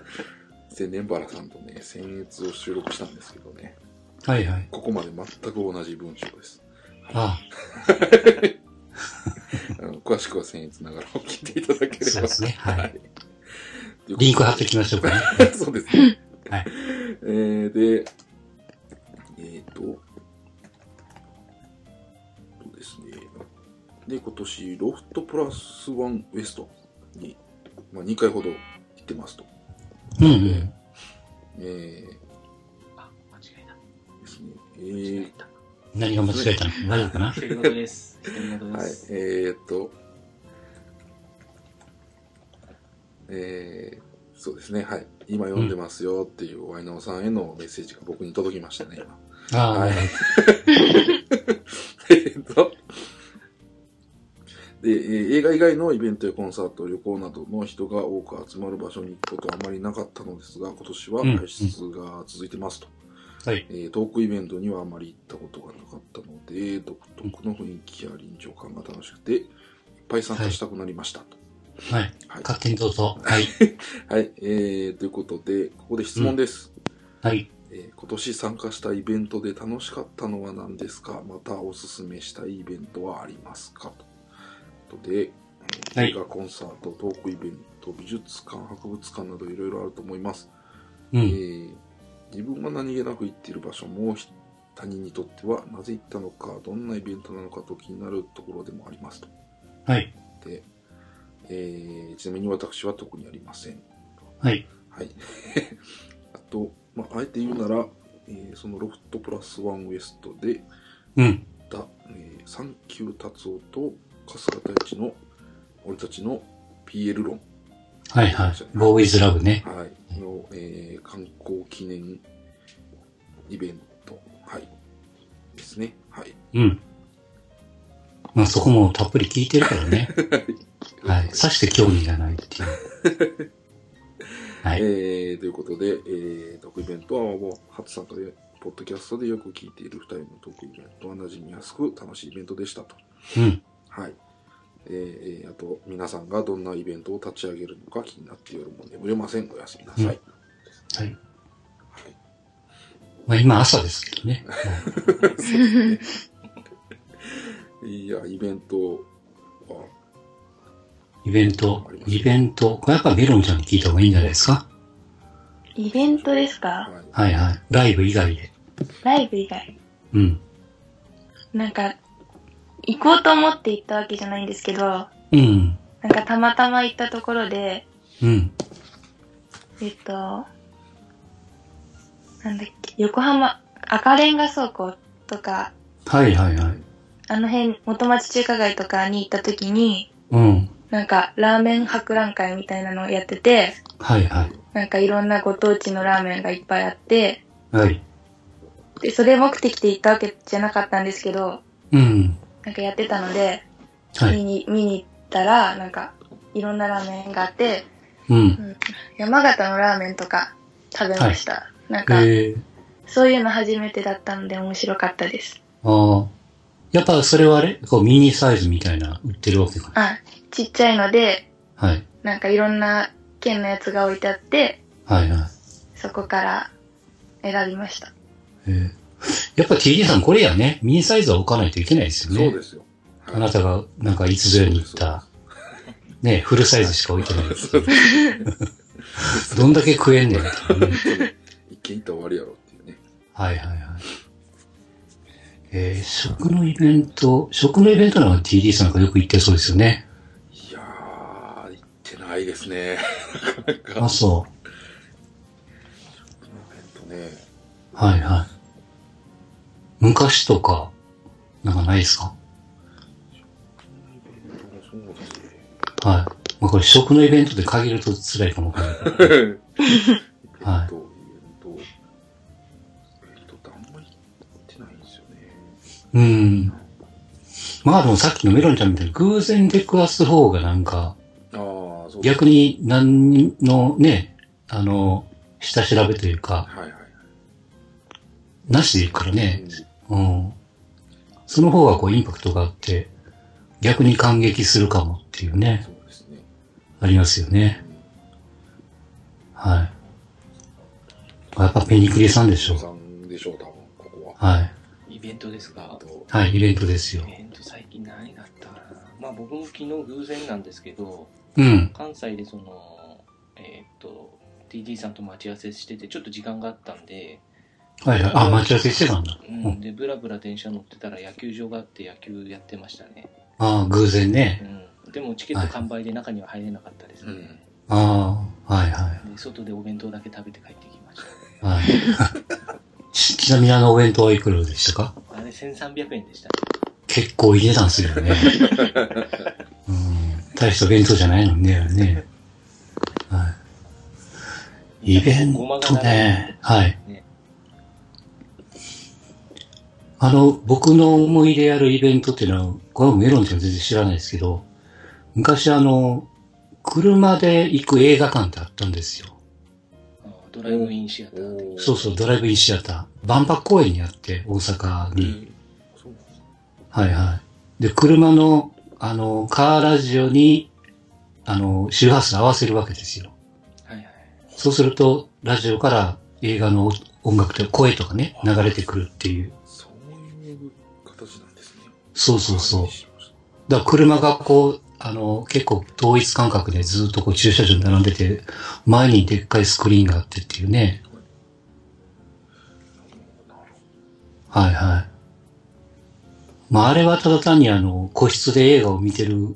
Speaker 3: 千年原さんとね僭越を収録したんですけどね
Speaker 4: はいはい。
Speaker 3: ここまで全く同じ文章です
Speaker 4: あ
Speaker 3: あの詳しくは僭越ながらも聞いていただければ
Speaker 4: そうですねはい
Speaker 3: ということで
Speaker 4: リンク貼ってきましょうかね。
Speaker 3: [LAUGHS] そうですね。
Speaker 4: はい。
Speaker 3: えー、で、えっ、と、そうですね。で、今年、ロフトプラスワンウエストに、まあ、2回ほど行ってますと。
Speaker 4: うんうん。
Speaker 3: えー、
Speaker 2: あ、間違え
Speaker 3: ですね。え
Speaker 2: た。間違え、
Speaker 3: ー
Speaker 2: た。
Speaker 4: [LAUGHS] 何が間違えたの大丈夫かな
Speaker 2: 独り言です。独り言で
Speaker 3: はい
Speaker 2: す。、
Speaker 3: えー、っと、えー、そうですね、はい。今読んでますよっていうワイナオさんへのメッセージが僕に届きましたね、今。
Speaker 4: ああ、
Speaker 3: は
Speaker 4: ないるほど。
Speaker 3: えーっと。で、えー映画以外のイベントやコンサート、旅行などの人が多く集まる場所に行くことはあまりなかったのですが、今年は
Speaker 4: うん
Speaker 3: 外出が続いてますと。
Speaker 4: はい。
Speaker 3: えートークイベントにはあまり行ったことがなかったので、独特の雰囲気や臨場感が楽しくて、いっぱい参加したくなりましたと。
Speaker 4: はい。
Speaker 3: はい。
Speaker 4: 勝手にどうぞ。はい。
Speaker 3: はい。えー、ということで、ここで質問です。
Speaker 4: はい。
Speaker 3: えー今年参加したイベントで楽しかったのは何ですかまたおすすめしたいイベントはありますかということで、えー
Speaker 4: はい
Speaker 3: 映画、コンサート、トークイベント、美術館、博物館などいろいろあると思います、
Speaker 4: う
Speaker 3: え
Speaker 4: ん。
Speaker 3: ー自分が何気なく行っている場所もひ他人にとってはなぜ行ったのか、どんなイベントなのかと気になるところでもありますと。
Speaker 4: はい。
Speaker 3: で、えーちなみに私は特にありません。
Speaker 4: はい。
Speaker 3: はい。 [LAUGHS] あと、まあ、あえて言うなら、えーそのロフトプラスワンウエストで、
Speaker 4: うん。
Speaker 3: だ、えー、サンキュー達夫と春日太一の、俺たちの PL 論、
Speaker 4: はいはい。ボーイズラブね。
Speaker 3: はい、の、えー観光記念イベント、はい、ですね。はい。
Speaker 4: うん。まあそこもたっぷり聞 [LAUGHS] いてるからね。はい。さして興味がないっていう。はい
Speaker 3: えーということで、えー、トークイベントはもう初参加で、ポッドキャストでよく聞いている2人のトークイベントは馴染みやすく楽しいイベントでしたと。
Speaker 4: うん。
Speaker 3: はい。えーえーあと、皆さんがどんなイベントを立ち上げるのか気になって夜も眠れません。おやすみなさい。
Speaker 4: うんはい。まあ今朝ですけどね。
Speaker 3: いや、イベントは、
Speaker 4: イベント、イベント。これやっぱメロンちゃんに聞いた方がいいんじゃないですか
Speaker 1: イベントですか
Speaker 3: はい。
Speaker 4: はいはい。ライブ以外で。
Speaker 1: ライブ以外。
Speaker 4: うん。
Speaker 1: なんか、行こうと思って行ったわけじゃないんですけど、な
Speaker 4: うん。
Speaker 1: んかたまたま行ったところで、
Speaker 4: うん。
Speaker 1: えっと、なんだっけ、横浜、赤レンガ倉庫とか、
Speaker 4: はいはいはい。
Speaker 1: あの辺、元町中華街とかに行った時に、
Speaker 4: うん。
Speaker 1: なんか、ラーメン博覧会みたいなのをやってて、
Speaker 4: はいはい。
Speaker 1: なんかいろんなご当地のラーメンがいっぱいあって、
Speaker 4: はい。
Speaker 1: で、それ目的で行ったわけじゃなかったんですけど、
Speaker 4: うん。
Speaker 1: なんかやってたので、
Speaker 4: は
Speaker 1: 見
Speaker 4: い。
Speaker 1: に、見に行ったら、なんか、いろんなラーメンがあって、
Speaker 4: うん。
Speaker 1: 山形のラーメンとか食べました。なん
Speaker 4: え
Speaker 1: か、
Speaker 4: ー、
Speaker 1: そういうの初めてだったので面白かったです。
Speaker 4: ああ。やっぱそれはあれこうミニサイズみたいな売ってるわけかな。
Speaker 1: あ、ちっちゃいので、
Speaker 4: はい。
Speaker 1: なんかいろんな県のやつが置いてあって、
Speaker 4: はいはい。
Speaker 1: そこから選びました。
Speaker 4: えー、やっぱ TD さんこれやね。ミニサイズは置かないといけないですよね。
Speaker 3: そうですよ。はい
Speaker 4: あなたがなんかいつぞやに
Speaker 3: [LAUGHS]
Speaker 4: 言った、ね、フルサイズしか置いてない。
Speaker 3: そうです [LAUGHS]
Speaker 4: どんだけ食えんねんっていうね。
Speaker 3: [LAUGHS] 一軒行ったら終わりやろっていうね。
Speaker 4: はいはいはい。えー、食のイベント、食のイベントなんか TD さんなんかよく行ってそうですよね。
Speaker 3: いやー、行ってないですね。
Speaker 4: [LAUGHS]
Speaker 3: なんか、
Speaker 4: あ、そ
Speaker 3: えっとね、
Speaker 4: う。はいはい。昔とか、なんかないですか
Speaker 3: そうですね。
Speaker 4: はい。まあ、これ食のイベントで限ると辛いかもわかんない。
Speaker 3: えっと、イベン
Speaker 4: はい
Speaker 3: ト、イベントってあんまり行ってないんですよね。
Speaker 4: うん。まあでもさっきのメロンちゃんみたいに偶然出くわす方がなんか、
Speaker 3: ああ、そうです
Speaker 4: 逆に何のね、あの、下調べというか、
Speaker 3: はいはい。
Speaker 4: なしでいくからね
Speaker 3: う。ん
Speaker 4: うん。その方がこうインパクトがあって、逆に感激するかもっていうね、
Speaker 3: そうですね。
Speaker 4: ありますよね。はい。やっぱペニクリさんでしょ
Speaker 3: お。さんでしょう、多分、ここは。
Speaker 4: はい。
Speaker 2: イベントですか
Speaker 3: えっと
Speaker 4: はい、イベントです
Speaker 2: イ
Speaker 4: よ。
Speaker 2: ベント最近何があったかなまあ僕も昨日偶然なんですけど
Speaker 4: うん。
Speaker 2: 関西でそのえーっと TD さんと待ち合わせしててちょっと時間があったんで、
Speaker 4: はいはい。あ、待ち合わせしてたんだ。
Speaker 2: う、
Speaker 4: うんん
Speaker 2: でブラブラ電車乗ってたら野球場があって野球やってましたね、
Speaker 4: ああ、偶然ね。
Speaker 2: うん、でもチケット完売で中には入れなかったですね、
Speaker 4: ああ、はいはい。
Speaker 2: で外でお弁当だけ食べて帰ってきまし
Speaker 4: はい。 [LAUGHS] ちちなみにあのお弁当はいくらでしたか
Speaker 2: たあれ1300円でした
Speaker 4: 結構入れたんですよ [LAUGHS] ね。うん。大した弁当じゃないのにね。あれねは
Speaker 2: ね
Speaker 4: い、イベントね。はい。
Speaker 2: ね
Speaker 4: あの、僕の思い出やるイベントっていうのは、これはメロンちゃん全然知らないですけど、昔あの、車で行く映画館ってあったんですよ。
Speaker 2: あードライブインシアターで
Speaker 4: そうそう、ドライブインシアター。万博公園にあって、大阪
Speaker 3: う
Speaker 4: に。
Speaker 3: ん。そうなんですね
Speaker 4: はいはい。で、車の、あの、カーラジオに、あの、周波数合わせるわけですよ。
Speaker 2: はいはい
Speaker 4: そうすると、ラジオから映画の音楽と声とかね、流れてくるっていう。
Speaker 3: そういう形なんですね。
Speaker 4: そうそうそう
Speaker 3: 失礼しまし
Speaker 4: だから車がこう、あの、結構統一感覚でずっとこう駐車場に並んでて、前にでっかいスクリーンがあってっていうね。
Speaker 3: たなるほ
Speaker 4: はいはい。まあ、あれはただ単にあの、個室で映画を見てる、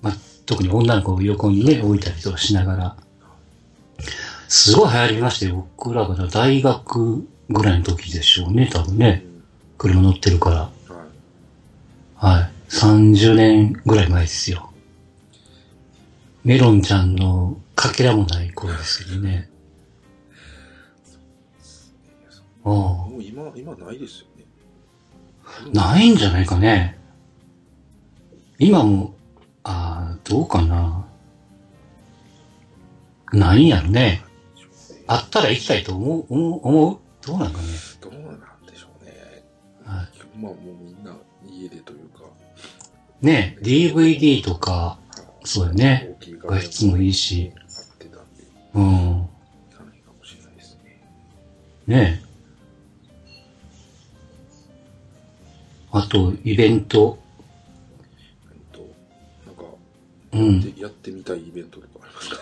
Speaker 4: まあ、特に女の子を横にね、置いたりとかしながら、すごい流行りまして、僕らが大学ぐらいの時でしょうね、多分
Speaker 3: ど
Speaker 4: ね。車乗ってるから。
Speaker 3: うんはい。
Speaker 4: はい。30年ぐらい前ですよ。メロンちゃんのかけらもない頃ですけどね。
Speaker 3: いやそう
Speaker 4: うん。
Speaker 3: もう今、今ないですよね。
Speaker 4: [LAUGHS] ないんじゃないかね。今も、ああ、どうかな。ないんやろね。あったら行きたいと思う、思う、思うどうなんかね。
Speaker 3: どうなんでしょうね。
Speaker 4: は
Speaker 3: まあもうみんな家でというか、
Speaker 4: ね DVD とか、そうだよね。
Speaker 3: 大きい画面
Speaker 4: 画質もいいし。
Speaker 3: あってたんで、い
Speaker 4: うん。
Speaker 3: かないかもしれないですね。
Speaker 4: ねあと、イベント。
Speaker 3: えっと、なんか、
Speaker 4: うん。
Speaker 3: でやってみたいイベントとかありますか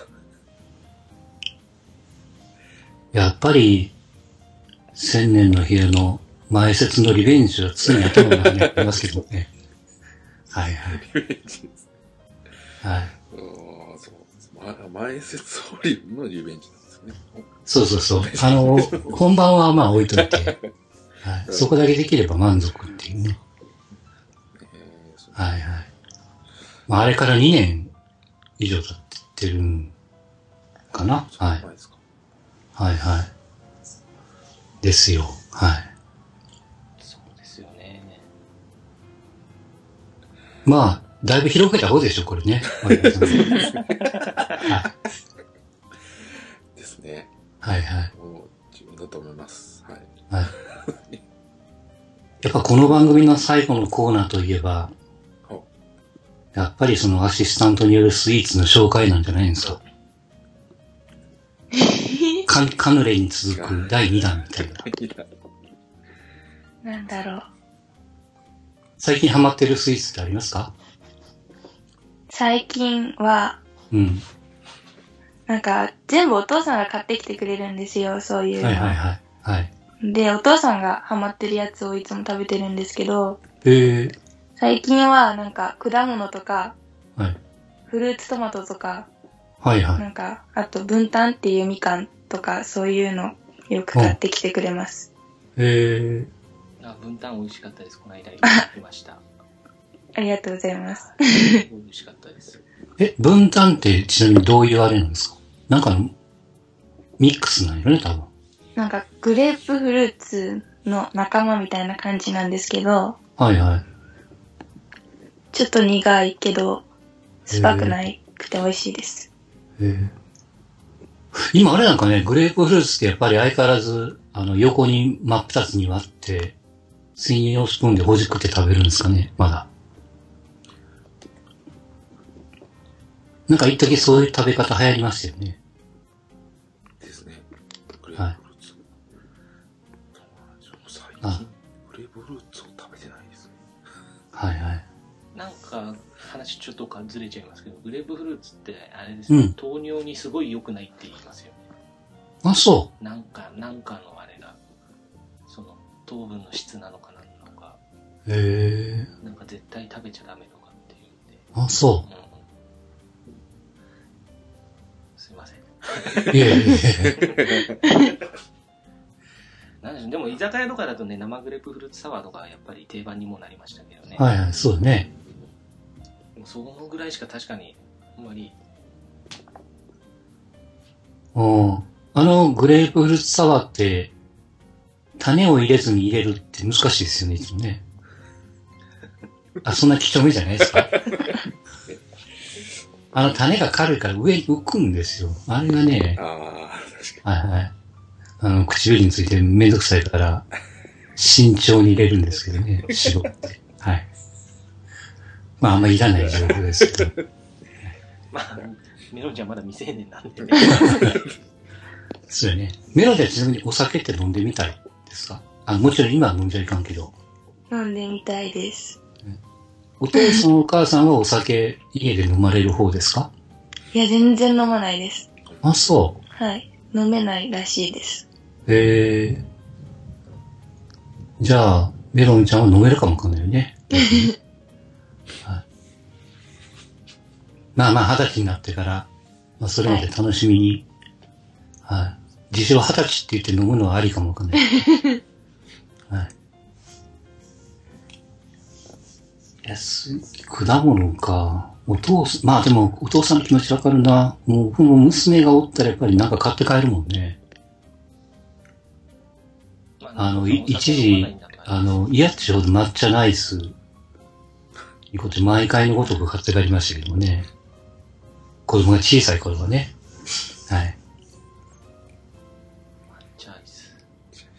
Speaker 4: やっぱり、千年の部屋の前説のリベンジはついに頭がね、ありますけど
Speaker 3: [LAUGHS]
Speaker 4: ね。はいはい。
Speaker 3: イメージです。
Speaker 4: はい。
Speaker 3: うーん、そう。ま、前説オリオンのリベンジなんですね。
Speaker 4: そうそうそう。あの、本番はまあ置い
Speaker 3: [LAUGHS]
Speaker 4: といて、はい、そこだけできれば満足っていう
Speaker 3: え
Speaker 4: ね。
Speaker 3: ー、そう
Speaker 4: はいはい。まあ、あれから2年以上経ってるんかな
Speaker 3: そん
Speaker 4: は。
Speaker 3: ない前ですか。
Speaker 4: はいはい。ですよ。はい。
Speaker 2: そうですよね
Speaker 4: まあ、だいぶ広げた方でしょ、これね。はい
Speaker 3: ですね。
Speaker 4: はいはい。
Speaker 3: もう自分だと思います。はい。
Speaker 4: やっぱこの番組の最後のコーナーといえば、やっぱりそのアシスタントによるスイーツの紹介なんじゃないんですか。カンカヌレに続く第2弾みたいな。
Speaker 1: なんだろう。
Speaker 4: 最近ハマってるスイーツってありますか
Speaker 1: 最近は、
Speaker 4: うん。
Speaker 1: なんか、全部お父さんが買ってきてくれるんですよ、そういうの。
Speaker 4: はいはいはい。はい。
Speaker 1: で、お父さんがハマってるやつをいつも食べてるんですけど、
Speaker 4: え
Speaker 1: 最近はなんか果物とか、
Speaker 4: ー、はい。
Speaker 1: フルーツトマトとか、
Speaker 4: はいはい。
Speaker 1: なんか、あと、分担っていうみかんとか、そういうのよく買ってきてくれます。
Speaker 4: え
Speaker 2: あ分担美味しかったですこの間いただきました
Speaker 1: ありがとうございます。
Speaker 4: [LAUGHS]
Speaker 2: 美味しかったです
Speaker 4: ー、え、分担ってちなみにどういうあれなんですかなんかの、ミックスなんよね、多分。
Speaker 1: なんか、グレープフルーツの仲間みたいな感じなんですけど、
Speaker 4: はいはい。
Speaker 1: ちょっと苦いけど、酸っぱくないくて美味しいです。
Speaker 4: えー今あれなんかね、グレープフルーツってやっぱり相変わらず、あの、横に真っ二つに割って、専用スプーンでほじくって食べるんですかね、まだ。なんか一時そういう食べ方流行りましたよね。
Speaker 3: ですね。グレープフルーツ。どうなんでしょう。最
Speaker 4: あ
Speaker 3: 近、グレープフルーツを食べてないですね。
Speaker 4: はいはい。
Speaker 2: なんか話ちょっとかずれちゃいますけどグレープフルーツってあれですね、
Speaker 4: うん
Speaker 2: 糖尿にすごい良くないって言いますよね
Speaker 4: あ、そ
Speaker 2: なんかなんかのあれがその糖分の質なのかなんなのか
Speaker 4: う。へえ。
Speaker 2: なんか絶対食べちゃダメとかっていうんで、
Speaker 4: あ、そ
Speaker 2: うんすいません
Speaker 4: う。いえいえいえ。
Speaker 2: なんでしょうでも居酒屋とかだとね生グレープフルーツサワーとかはやっぱり定番にもなりましたけどね、
Speaker 4: はいはい、そうだね。
Speaker 2: もうそのぐらいしか確かにあんまり
Speaker 4: うん。あの、グレープフルーツサワーって、種を入れずに入れるって難しいですよね、いつもね。あ、そんな貴重目じゃないですか。あの、種が軽いから上に浮くんですよ。あれがね、
Speaker 3: ああ、確か
Speaker 4: はいはい。あの、唇についてめんどくさいから、慎重に入れるんですけどね、白って。はい。まあ、あんまいらない情報ですけど。
Speaker 2: まあメロンちゃんまだ未成年なんでね
Speaker 4: そうよね。メロディはちなみにお酒って飲んでみたいですかあ、もちろん今は飲んじゃいかんけど。
Speaker 1: 飲んでみたいです。
Speaker 4: お父さんお母さんはお酒家で飲まれる方ですか
Speaker 1: いや、全然飲まないです。
Speaker 4: あ、そ
Speaker 1: はい。飲めないらしいです。
Speaker 4: う。へえ。じゃあ、メロンちゃんは飲めるかもわかんないよね。はい、まあまあ、二十歳になってから、まあ、それまで楽しみに。はい。自称二十歳って言って飲むのはありかもわかんない。はい。安い果物か。お父さん、まあでも、お父さんの気持ちわかるな。もう、僕も娘がおったらやっぱりなんか買って帰るもんね。
Speaker 2: ま
Speaker 4: あの、
Speaker 2: なん
Speaker 4: い
Speaker 2: かお酒
Speaker 4: 一
Speaker 2: 飲まない
Speaker 4: 時
Speaker 2: んだか、ら
Speaker 4: あの、嫌ってちょうど抹茶ライス、いうことで毎回のごとく買って帰りましたけどもね。子供が小さい頃はね。はい。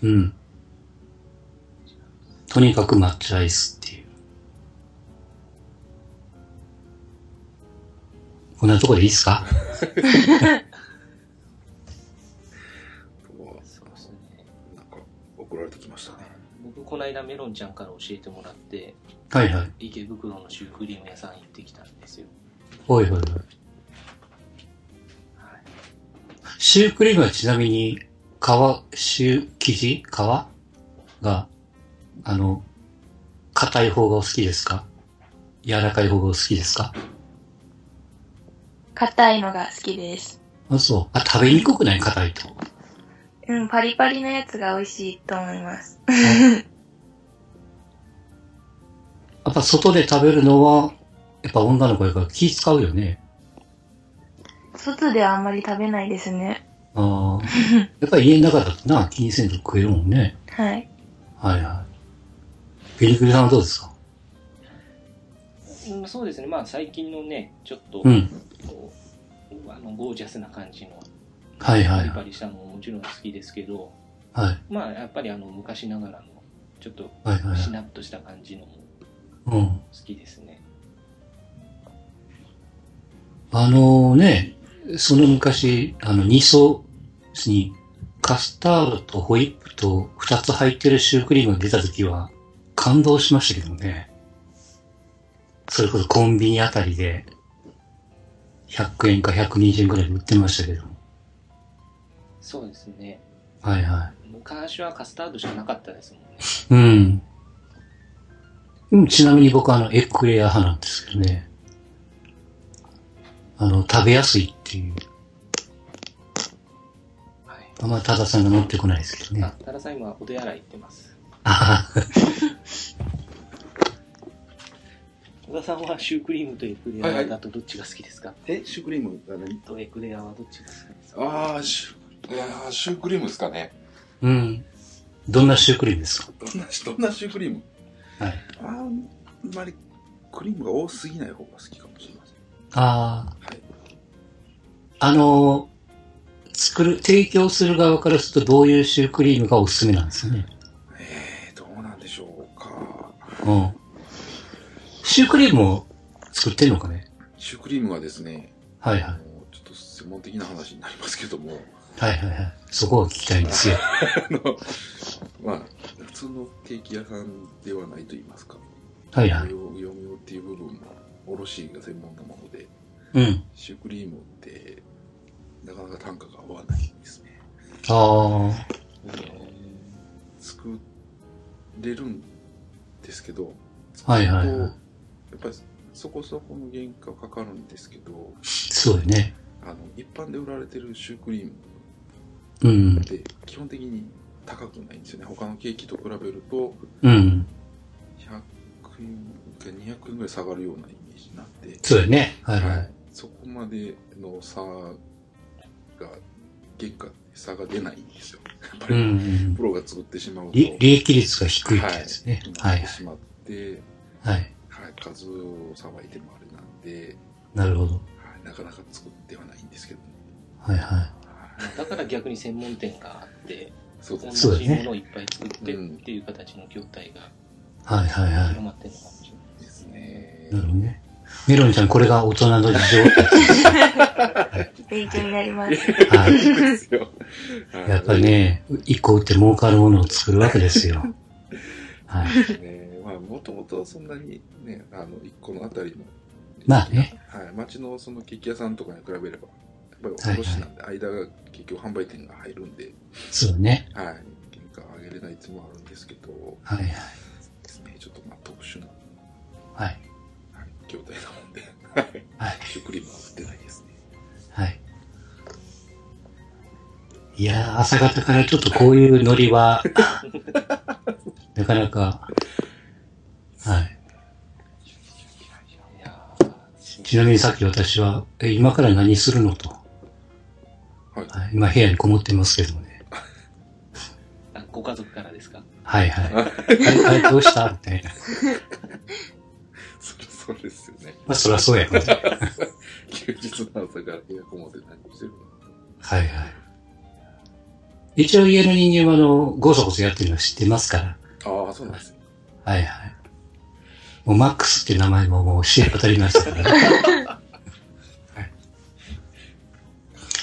Speaker 4: うん。とにかく抹茶アイスっていう。こんなとこでいいですか
Speaker 3: とは
Speaker 2: そうですね
Speaker 3: なんか送られてきましたね
Speaker 2: 僕この間メロンちゃんから教えてもらって
Speaker 4: はいはい。
Speaker 2: 池袋のシュークリーム屋さん行ってきたんですよ
Speaker 4: はいはいはい。シュークリームはちなみに、皮、シュー、生地皮が、あの、硬い方がお好きですか柔らかい方がお好きですか
Speaker 1: 硬いのが好きです。
Speaker 4: あ、そう。あ、食べにくくない硬いと。
Speaker 1: うん、パリパリのやつが美味しいと思います。
Speaker 4: やっぱ外で食べるのは、やっぱ女の子やから気使うよね。
Speaker 1: 外ではあんまり食べないですね。
Speaker 4: ああ。やっぱり家の中だとな、気にせんと食えるもんね。
Speaker 1: はい。
Speaker 4: はいはい。ピリクリさんはどうですか
Speaker 2: うんそうですねまあ最近のねちょっと、
Speaker 4: うん。
Speaker 2: こうあのゴージャスな感じの
Speaker 4: はいは
Speaker 2: パ
Speaker 4: い
Speaker 2: リ
Speaker 4: は
Speaker 2: パ
Speaker 4: い。
Speaker 2: リしたのももちろん好きですけど、
Speaker 4: はい
Speaker 2: まあやっぱりあの昔ながらのちょっと
Speaker 4: はいはい
Speaker 2: し。なっとした感じのも
Speaker 4: うん。
Speaker 2: 好きですね
Speaker 4: あのね、その昔、あの、二層にカスタードとホイップと二つ入ってるシュークリームが出た時は感動しましたけどね。それこそコンビニあたりで100円か120円くらいで売ってましたけど。
Speaker 2: そうですね
Speaker 4: はいは
Speaker 2: 昔はカスタードしかなかったですもんね
Speaker 4: い。うん。うんちなみに僕はあの、エクレア派なんですけどね。あの、食べやすいっていう。
Speaker 2: はい
Speaker 4: あんまり多田さんが乗ってこないですけどね。
Speaker 2: あ多田さん今お手洗い行ってます
Speaker 4: あは
Speaker 2: 小田さんはシュークリームとエクレ
Speaker 3: はいは
Speaker 2: ア
Speaker 3: い
Speaker 2: だとどっちが好きですか、
Speaker 3: えシュークリームだね
Speaker 2: とエクレアはどっちが好きですか
Speaker 3: ああシュいやーシュークリームですかね
Speaker 4: うん。どんなシュークリームですか
Speaker 3: どんなどんなシュークリーム
Speaker 4: はい。
Speaker 3: あんまりクリームが多すぎない方が好きかもしれません
Speaker 4: ああ
Speaker 3: はい。
Speaker 4: あのー作る、提供する側からするとどういうシュークリームがおすすめなんですかね。
Speaker 3: えー、どうなんでしょうか
Speaker 4: うん。シュークリームを作ってんのかね
Speaker 3: シュークリームはですね
Speaker 4: はい
Speaker 3: あ
Speaker 4: は
Speaker 3: の
Speaker 4: い。
Speaker 3: ちょっと専門的な話になりますけども
Speaker 4: はいはいはい。そこを聞きたいんですよ。
Speaker 3: あのまあ普通のケーキ屋さんではないと言いますか
Speaker 4: はい
Speaker 3: 業
Speaker 4: はい。
Speaker 3: 業務用っていう部分も卸が専門なもので
Speaker 4: うん。
Speaker 3: シュークリームってなかなか単価が合わないんですね
Speaker 4: ああ。
Speaker 3: 作れるんですけど
Speaker 4: はいはいはい
Speaker 3: 作るとやっぱりそこそこの原価かかるんですけど
Speaker 4: そうよね。
Speaker 3: あの一般で売られてるシュークリーム
Speaker 4: うん
Speaker 3: っ。て基本的に高くないんですよね他のケーキと比べると
Speaker 4: うん。
Speaker 3: 100円か200円ぐらい下がるようなイメージになって
Speaker 4: そうよね。はいはい。
Speaker 3: そこまでの差が原価差が出ないんですよやっぱ
Speaker 4: う
Speaker 3: り
Speaker 4: ん
Speaker 3: プ。ロが作ってしまうと
Speaker 4: 利利益率が低いってやつね。は
Speaker 3: はい
Speaker 4: い
Speaker 3: なってしまって、
Speaker 4: はい。
Speaker 3: はい、数をさばいてもあれなんで、
Speaker 4: なるほど。
Speaker 3: はい、なかなか作ってはないんですけどね
Speaker 4: はいはい。
Speaker 2: だから逆に専門店があって
Speaker 3: そう
Speaker 2: 同
Speaker 3: で
Speaker 4: そう
Speaker 3: す
Speaker 4: だ
Speaker 2: じ
Speaker 4: ね
Speaker 2: ものをいっぱい作ってっていう形の業態が
Speaker 4: はいはいはい。
Speaker 2: 広まってるのかもしれない
Speaker 3: ですね
Speaker 4: なるほどね。メロンちゃん、これが大人 [LAUGHS] の事情だっ
Speaker 1: 勉強になります。 [LAUGHS]
Speaker 4: た。はい。
Speaker 3: ですよ
Speaker 4: やっぱりね、一個売って儲かるものを作るわけですよ。はい。
Speaker 3: ねまあ、もともとそんなにね、あの、一個のあたりの。
Speaker 4: まあね。
Speaker 3: はい、町のそのケーキ屋さんとかに比べれば、やっぱり
Speaker 4: はいはい
Speaker 3: 卸しなんで、間が結局販売店が入るんで、
Speaker 4: そうね。
Speaker 3: はい、原価を上げれないつもあるんですけど、
Speaker 4: はいはい。
Speaker 3: ですね、ちょっとまあ特殊な、
Speaker 4: はい。
Speaker 3: はい、業態なもんで、はい
Speaker 4: はい。
Speaker 3: シュークリームは売ってないですね。
Speaker 4: はい。いやー、朝方からちょっとこういうノリは、なかなか、はい。
Speaker 2: いやー
Speaker 4: ちなみにさっき私は、え、今から何するのと。
Speaker 3: はい
Speaker 4: い。今部屋にこもってますけどもね。
Speaker 2: あご家族からですか
Speaker 4: はいはい。あれ、あれどうしたみたいな。
Speaker 3: そりゃそうですよね。
Speaker 4: まあ、そりゃそうやろね。
Speaker 3: 休日の朝から部屋こもって何してるの
Speaker 4: はいはい。一応家の人間はあの、ごそごそやってるのは知ってますから。
Speaker 3: ああ、そうなんですね。
Speaker 4: はいはい。もうマックスっていう名前ももう知れ渡りましたから、はい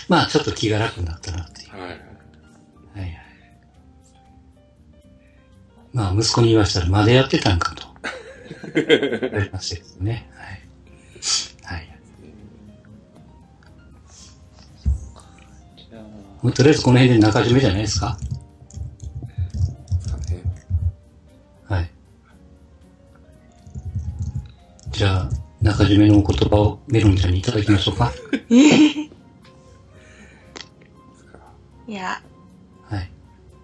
Speaker 4: まあちょっと気が楽になったなっていう。
Speaker 3: はいはい。
Speaker 4: はいはい。まあ、息子に言わしたら、まだやってたんかと。言われましたけどね。はい。はい。
Speaker 2: じゃあ
Speaker 4: もうとりあえずこの辺で中締めじゃないですか
Speaker 3: ですかね。
Speaker 4: はい。じゃあ、中締めのお言葉をメロンちゃんにいただきましょうか。
Speaker 1: いや、
Speaker 4: はい。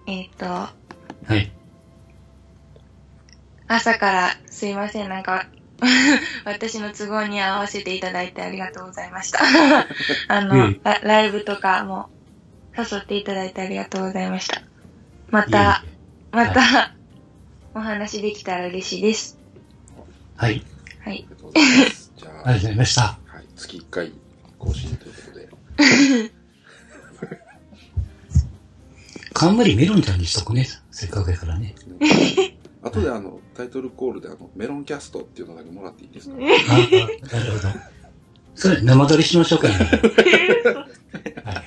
Speaker 1: えっ、と、
Speaker 4: はい。
Speaker 1: 朝からすいません、なんか、 [LAUGHS] 私の都合に合わせていただいてありがとうございました。 [LAUGHS] あの、
Speaker 4: うん
Speaker 1: ラライブとかも誘っていただいてありがとうございました。また、
Speaker 4: いえいえ
Speaker 1: また、お話できたら嬉しいです。
Speaker 4: はい。
Speaker 1: は
Speaker 3: あ
Speaker 1: い。
Speaker 3: りがとうござい [LAUGHS] ます。じゃあ、
Speaker 4: ありがとうございました。
Speaker 3: はい、月1回更新ということ [LAUGHS] で。
Speaker 4: 冠メロンちゃんにしとくね。せっかくやからね。
Speaker 3: あとであの、タイトルコールであの、メロンキャストっていうのだけもらっていいですか
Speaker 4: ああ、なるほど。それ、生撮りしま [LAUGHS] しょうかね。はい。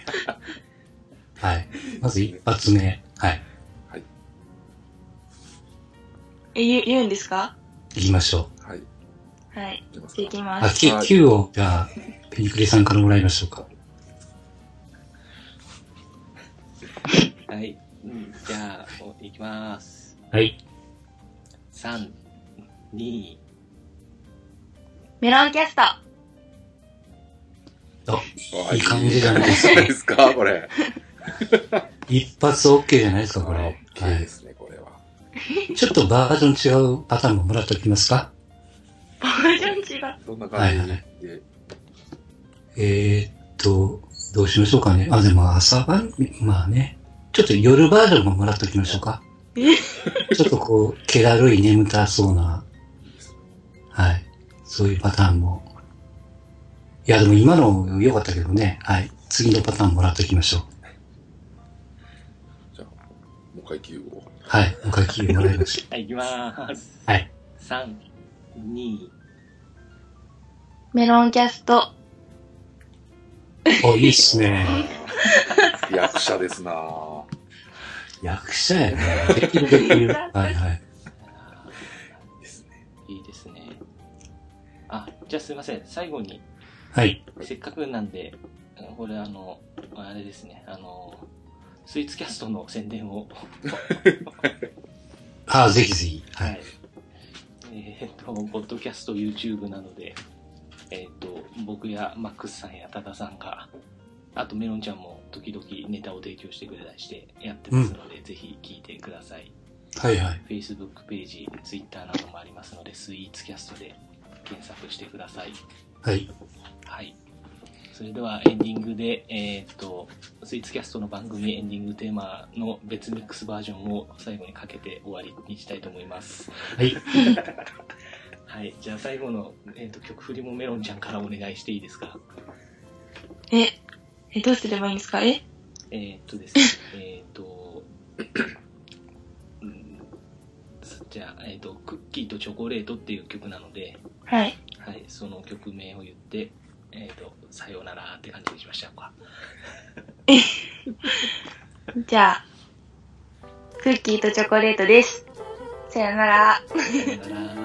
Speaker 4: はい。まず一発目。はい。
Speaker 1: え、言う言うんですか
Speaker 4: いきましょう。
Speaker 3: はい、い
Speaker 1: はい。
Speaker 3: きます
Speaker 1: じゃあ行
Speaker 3: か。
Speaker 1: きま
Speaker 4: あ、
Speaker 1: す。
Speaker 4: Q、Q を、じゃあ、ペニクリさんからもらいましょうか。
Speaker 2: はい。うんじゃあ、おいきます。
Speaker 4: はい。
Speaker 2: 3、2、
Speaker 1: メロンキャ [LAUGHS] スト
Speaker 4: いい感じじゃないです
Speaker 3: か。いいですか、これ。
Speaker 4: 一発 OK じゃないですか、これ。
Speaker 3: あ
Speaker 4: は
Speaker 3: OK で
Speaker 4: い。
Speaker 3: すね、これは。
Speaker 4: ちょっとバージョン違うパターンももらっておきますか。
Speaker 1: バージョン違う。
Speaker 3: どんな感じで。
Speaker 4: えー、っと、どうしましょうかね。あ、でも朝晩、まあね。ちょっと夜バージョンももらっておきましょうか。ちょっとこう、気だるい眠たそうな、はい。そういうパターンも。いや、でも今の良かったけどね。はい。次のパターンもらっておきましょう。
Speaker 3: じゃあ、もう一回 Q を。
Speaker 4: はい。お書きもらいまし
Speaker 2: はい、いきます。
Speaker 4: た。はい。
Speaker 2: 3、2、
Speaker 1: メロンキャスト。
Speaker 4: [LAUGHS] お、いいっすね。
Speaker 3: 役者ですなぁ。
Speaker 4: 役者やね。できるできる。はいはい。
Speaker 3: ですね。
Speaker 2: いいですね。あ、じゃあすいません。最後に、
Speaker 4: はい。
Speaker 2: せっかくなんで、これあの、あれですね、あの、スイーツキャストの宣伝を。
Speaker 4: あ、ぜひぜひ。は。
Speaker 2: はいい。えっ、と、ポッドキャスト、YouTube なので、えっ、と、僕やマックスさんや多田さんが、あとメロンちゃんも時々ネタを提供してくれたりしてやってますので、ぜひ聞いてください。
Speaker 4: はいはい。
Speaker 2: Facebook ページ、Twitter などもありますので、スイーツキャストで検索してください。
Speaker 4: はい。
Speaker 2: はい。それではエンディングで、えーっと、スイーツキャストの番組エンディングテーマの別ミックスバージョンを最後にかけて終わりにしたいと思います。
Speaker 4: はい。
Speaker 2: はい。じゃあ最後の、えーっと曲振りもメロンちゃんからお願いしていいですか
Speaker 1: え、え、どうすればいいんですかえ
Speaker 2: えーっとですね、えーっと、うんじゃあ、えーっと、クッキーとチョコレートっていう曲なので、
Speaker 1: はい。
Speaker 2: はい、その曲名を言って、えーっと、さようならって感じにしましょうか。
Speaker 1: じゃあ、クッキーとチョコレートです。さよなら。
Speaker 2: さようなら。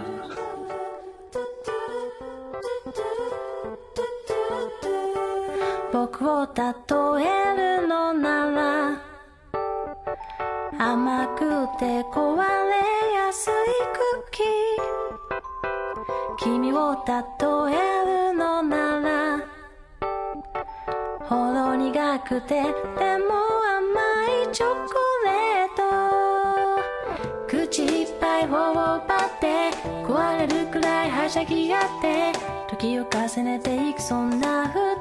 Speaker 5: 僕を例えるのなら甘くて壊れやすいクッキー君を例えるのならほろ苦くてでも甘いチョコレート口いっぱい頬張って壊れるくらいはしゃぎ合って時を重ねていくそんな二